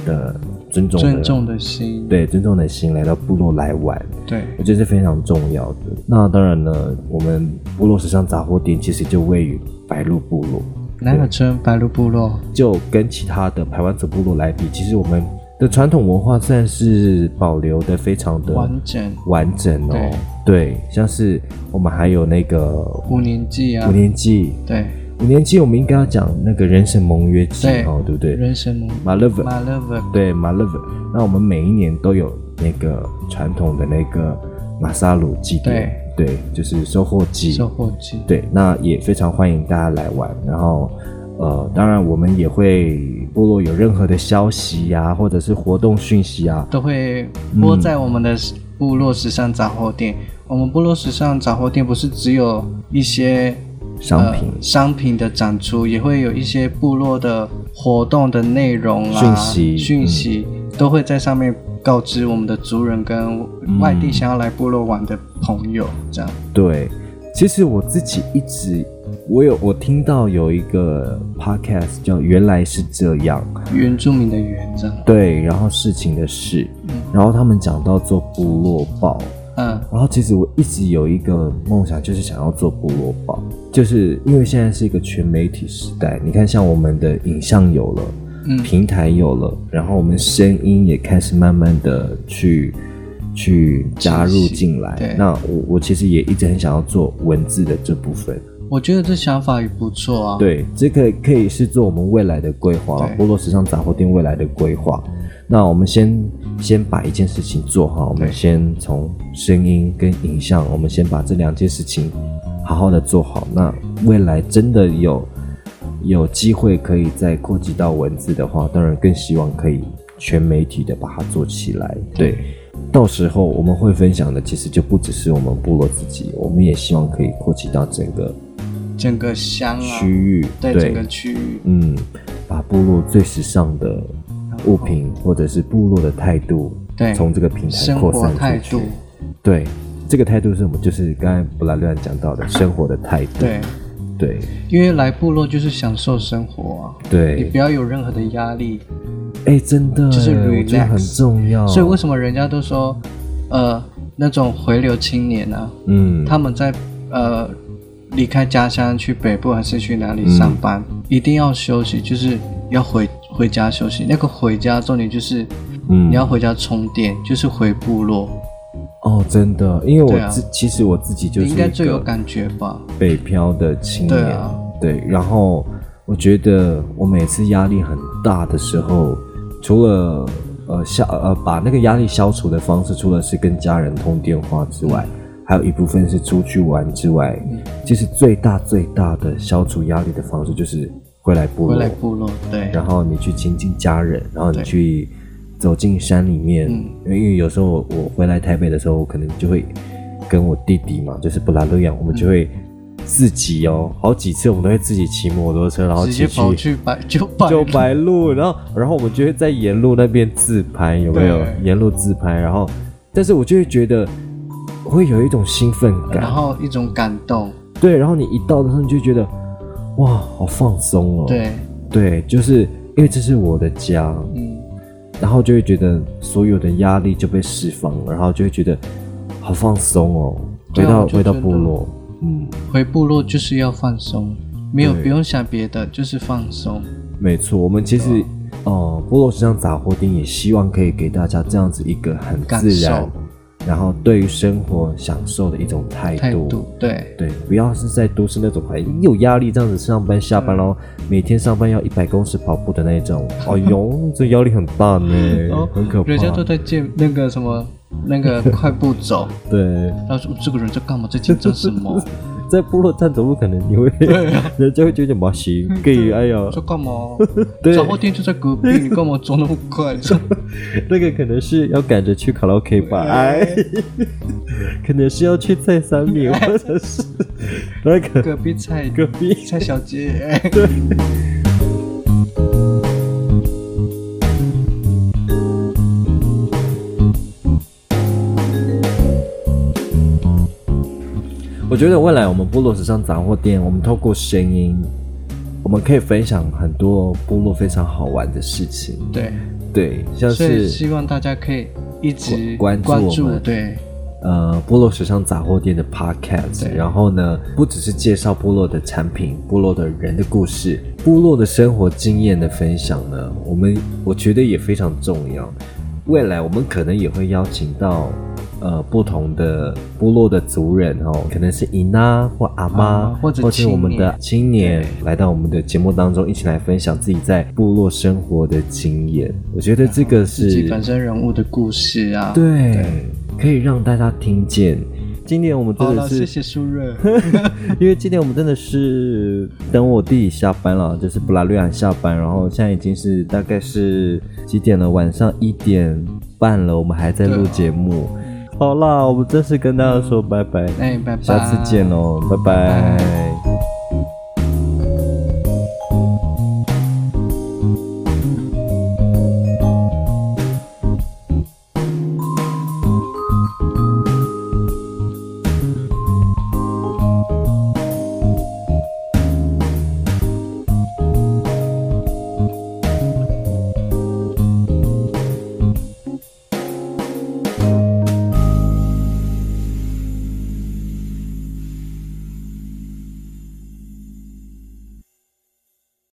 A: 的尊重的
B: 尊重的心，
A: 对尊重的心来到部落来玩，
B: 对
A: 我觉得是非常重要的。那当然呢，我们部落时尚杂货店其实就位于白鹭部落，
B: 南河村白鹭部落，
A: 就跟其他的排湾族部落来比，其实我们的传统文化算是保留的非常的
B: 完整
A: 完整哦。对，像是我们还有那个
B: 五年祭啊
A: 五，年祭，
B: 对
A: 五年祭我们应该要讲那个人神盟约祭
B: 对
A: 哦，对不对？
B: 人神母
A: 马勒文。
B: 马勒文，
A: 对马勒文，那我们每一年都有那个传统的那个马萨鲁祭典，对就是收获祭
B: 售，货机，
A: 对，那也非常欢迎大家来玩。然后，呃，当然我们也会部落有任何的消息呀、或者是活动讯息啊，
B: 都会
A: 嗯
B: 播在我们的部落时尚杂货店。我们部落时尚杂货店不是只有一些
A: 商品、
B: 呃、商品的展出，也会有一些部落的活动的内容啊、
A: 讯息嗯
B: 讯息、都会在上面告知我们的族人跟外地想要来部落玩的朋友，这样
A: 对，其实我自己一直，我有我听到有一个 podcast 叫《原来是这样》，
B: 原住民的原这样。
A: 对，然后事情的事，然后他们讲到做部落报。
B: 嗯，
A: 然后其实我一直有一个梦想，就是想要做部落报，就是因为现在是一个全媒体时代，你看像我们的影像有了，
B: 嗯
A: 平台有了，然后我们声音也开始慢慢的去去加入进来
B: 对。
A: 那我我其实也一直很想要做文字的这部分，
B: 我觉得这想法也不错啊。，
A: 对，这个可以是做我们未来的规划，
B: 对
A: 部落时尚杂货店未来的规划。那我们先先把一件事情做好，我们
B: 对
A: 先从声音跟影像，我们先把这两件事情好好的做好。那未来真的有有机会可以再扩及到文字的话，当然更希望可以全媒体的把它做起来。对，到时候我们会分享的，其实就不只是我们部落自己，我们也希望可以扩及到整个
B: 整个乡啊
A: 区，域，
B: 对整个区域，
A: 嗯，把部落最时尚的物品或者是部落的态度，
B: 对
A: 从这个平台
B: 生
A: 扩
B: 活
A: 散
B: 态
A: 出去
B: 度。，
A: 对，这个态度是我们就是刚才布拉乱讲到的生活的态度。
B: 对，
A: 对
B: 因为来部落就是享受生活啊，你
A: 对
B: 不，要有任何的压力。
A: 哎，真的，
B: 就是
A: 我觉得
B: relax
A: 很重要。
B: 所以为什么人家都说，呃，那种回流青年啊，
A: 嗯，
B: 他们在呃离开家乡去北部还是去哪里上班，
A: 嗯
B: 一定要休息，就是要回回家休息。那个回家重点就是
A: 嗯
B: 你要回家充电，就是回部落，
A: 哦，真的，因为
B: 对
A: 我
B: 啊
A: 自、其实我自己就是
B: 你应该
A: 一
B: 最有
A: 个
B: 感觉吧？
A: 北漂的青年，
B: 对啊
A: 对然后我觉得我每次压力很大的时候，除了呃消呃把那个压力消除的方式，除了是跟家人通电话之外，
B: 嗯
A: 还有一部分是出去玩之外，其实最大最大的消除压力的方式就是回来部
B: 回
A: 落
B: 来，部落，对，
A: 然后你去亲近家人，然后你
B: 对嗯
A: 去走进山里面，因为有时候我我回来台北的时候，我可能就会跟我弟弟嘛，就是布拉路漾，我们
B: 嗯
A: 就会自己哦，好几次我们都会自己骑摩托车，然后
B: 直
A: 骑
B: 接跑
A: 去。
B: 去白就白
A: 就白路，然后然后我们就会在沿路那边自拍，有没有
B: 对？
A: 沿路自拍，然后，但是我就会觉得会有一种兴奋感
B: 然，后一种感动，
A: 对，然后你一到的时候，你就觉得哇，好放松哦，
B: 对，
A: 对，就是因为这是我的家，
B: 嗯，
A: 然后就会觉得所有的压力就被释放，然后就会觉得好放松哦，回
B: 对啊
A: 到、
B: 我就
A: 回到
B: 觉得
A: 部落，嗯，
B: 回部落就是要放松，没有
A: 对
B: 不用想别的，就是放松，
A: 没错，我们其实
B: 啊
A: 哦、呃，部落时尚杂货店也希望可以给大家这样子一个很
B: 感
A: 自然
B: 受，
A: 然后对于生活享受的一种态
B: 态
A: 度。
B: 度对，
A: 对，不要是在都市那种哎有压力这样子上班下班，然后每天上班要一百公尺跑步的那
B: [laughs]
A: 种，哎呦，这压力很大呢
B: 哦，
A: 很可怕。
B: 人家都在健那个什么
A: [laughs]
B: 那个快步走，
A: 对，
B: 他说这个人在干嘛，在紧张
A: [laughs]
B: 什么？
A: 在部落站走路可能你会， [laughs] 人家会觉得麻行，给哎呀，
B: 在干嘛？
A: 对
B: 杂货店就在
A: [laughs]
B: 隔壁，你干嘛走那么快？
A: 那个可能是要赶着去卡拉 OK 吧，哎，可能是要去菜三米，或者是那个
B: [laughs] 隔
A: [laughs]
B: 壁菜
A: 隔壁。
B: 蔡小
A: [laughs]
B: 姐，
A: 我觉得未来我们部落时尚杂货店，我们透过声音，我们可以分享很多部落非常好玩的事情，
B: 对，
A: 对，像
B: 所以
A: 是
B: 希望大家可以一直
A: 关关注
B: 关
A: 我
B: 注，
A: 们
B: 对
A: 呃部落时尚杂货店的 podcast，
B: 对
A: 然后呢，不只是介绍部落的产品、部落的人的故事、部落的生活经验的分享呢，我们我觉得也非常重要。未来我们可能也会邀请到呃不同的部落的族人哦，可能是姨妈或阿妈、
B: 啊或者
A: 是我们
B: 青年
A: 的青年
B: 对
A: 来到我们的节目当中，一起来分享自己在部落生活的经验。我觉得这个是
B: 自己本身人物的故事啊。
A: 对，可以让大家听见。今年我们
B: 好
A: 真的
B: 了，谢
A: 是，
B: 谢
A: [laughs]
B: 苏润，
A: 因为今年我们真的是等我弟下班了，就是布拉瑞安下班，然后现在已经是大概是几点了？晚上一点半了，我们还在录
B: 对啊
A: 节目。好啦，我们正式跟大家说拜拜，
B: 哎，拜拜，
A: 哦下次见喽，拜拜